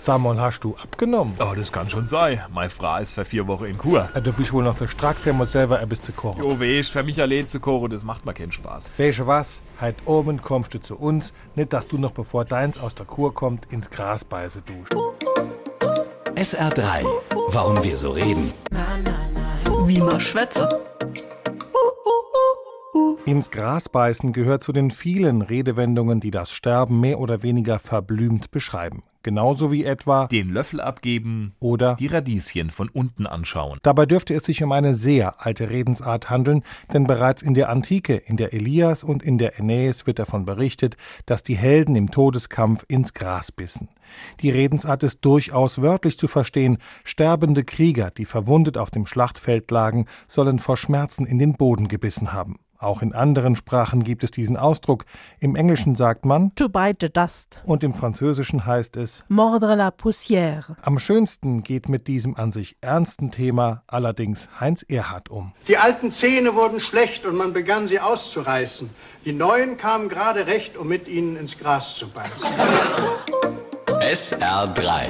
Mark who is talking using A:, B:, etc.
A: Sag mal, hast du abgenommen?
B: Ja, das kann schon sein. Meine Frau ist für vier Wochen in Kur.
A: Ja, du bist wohl noch so stark für mich selber etwas zu kochen.
B: Jo, weißt, für mich allein zu kochen, das macht mir keinen Spaß.
A: Weißt du was? Heute oben kommst du zu uns. Nicht, dass du noch bevor deins aus der Kur kommt, ins Gras beiße duschst.
C: SR3. Warum wir so reden.
D: Wie man schwätzt.
A: Ins Gras beißen gehört zu den vielen Redewendungen, die das Sterben mehr oder weniger verblümt beschreiben. Genauso wie etwa
B: Den Löffel abgeben,
A: oder
B: die Radieschen von unten anschauen.
A: Dabei dürfte es sich um eine sehr alte Redensart handeln, denn bereits in der Antike, in der Elias und in der Aeneis wird davon berichtet, dass die Helden im Todeskampf ins Gras bissen. Die Redensart ist durchaus wörtlich zu verstehen. Sterbende Krieger, die verwundet auf dem Schlachtfeld lagen, sollen vor Schmerzen in den Boden gebissen haben. Auch in anderen Sprachen gibt es diesen Ausdruck. Im Englischen sagt man
E: To bite the dust.
A: und im Französischen heißt es
E: Mordre la poussière.
A: Am schönsten geht mit diesem an sich ernsten Thema allerdings Heinz Erhardt um.
F: Die alten Zähne wurden schlecht und man begann sie auszureißen. Die neuen kamen gerade recht, um mit ihnen ins Gras zu beißen.
C: SR3.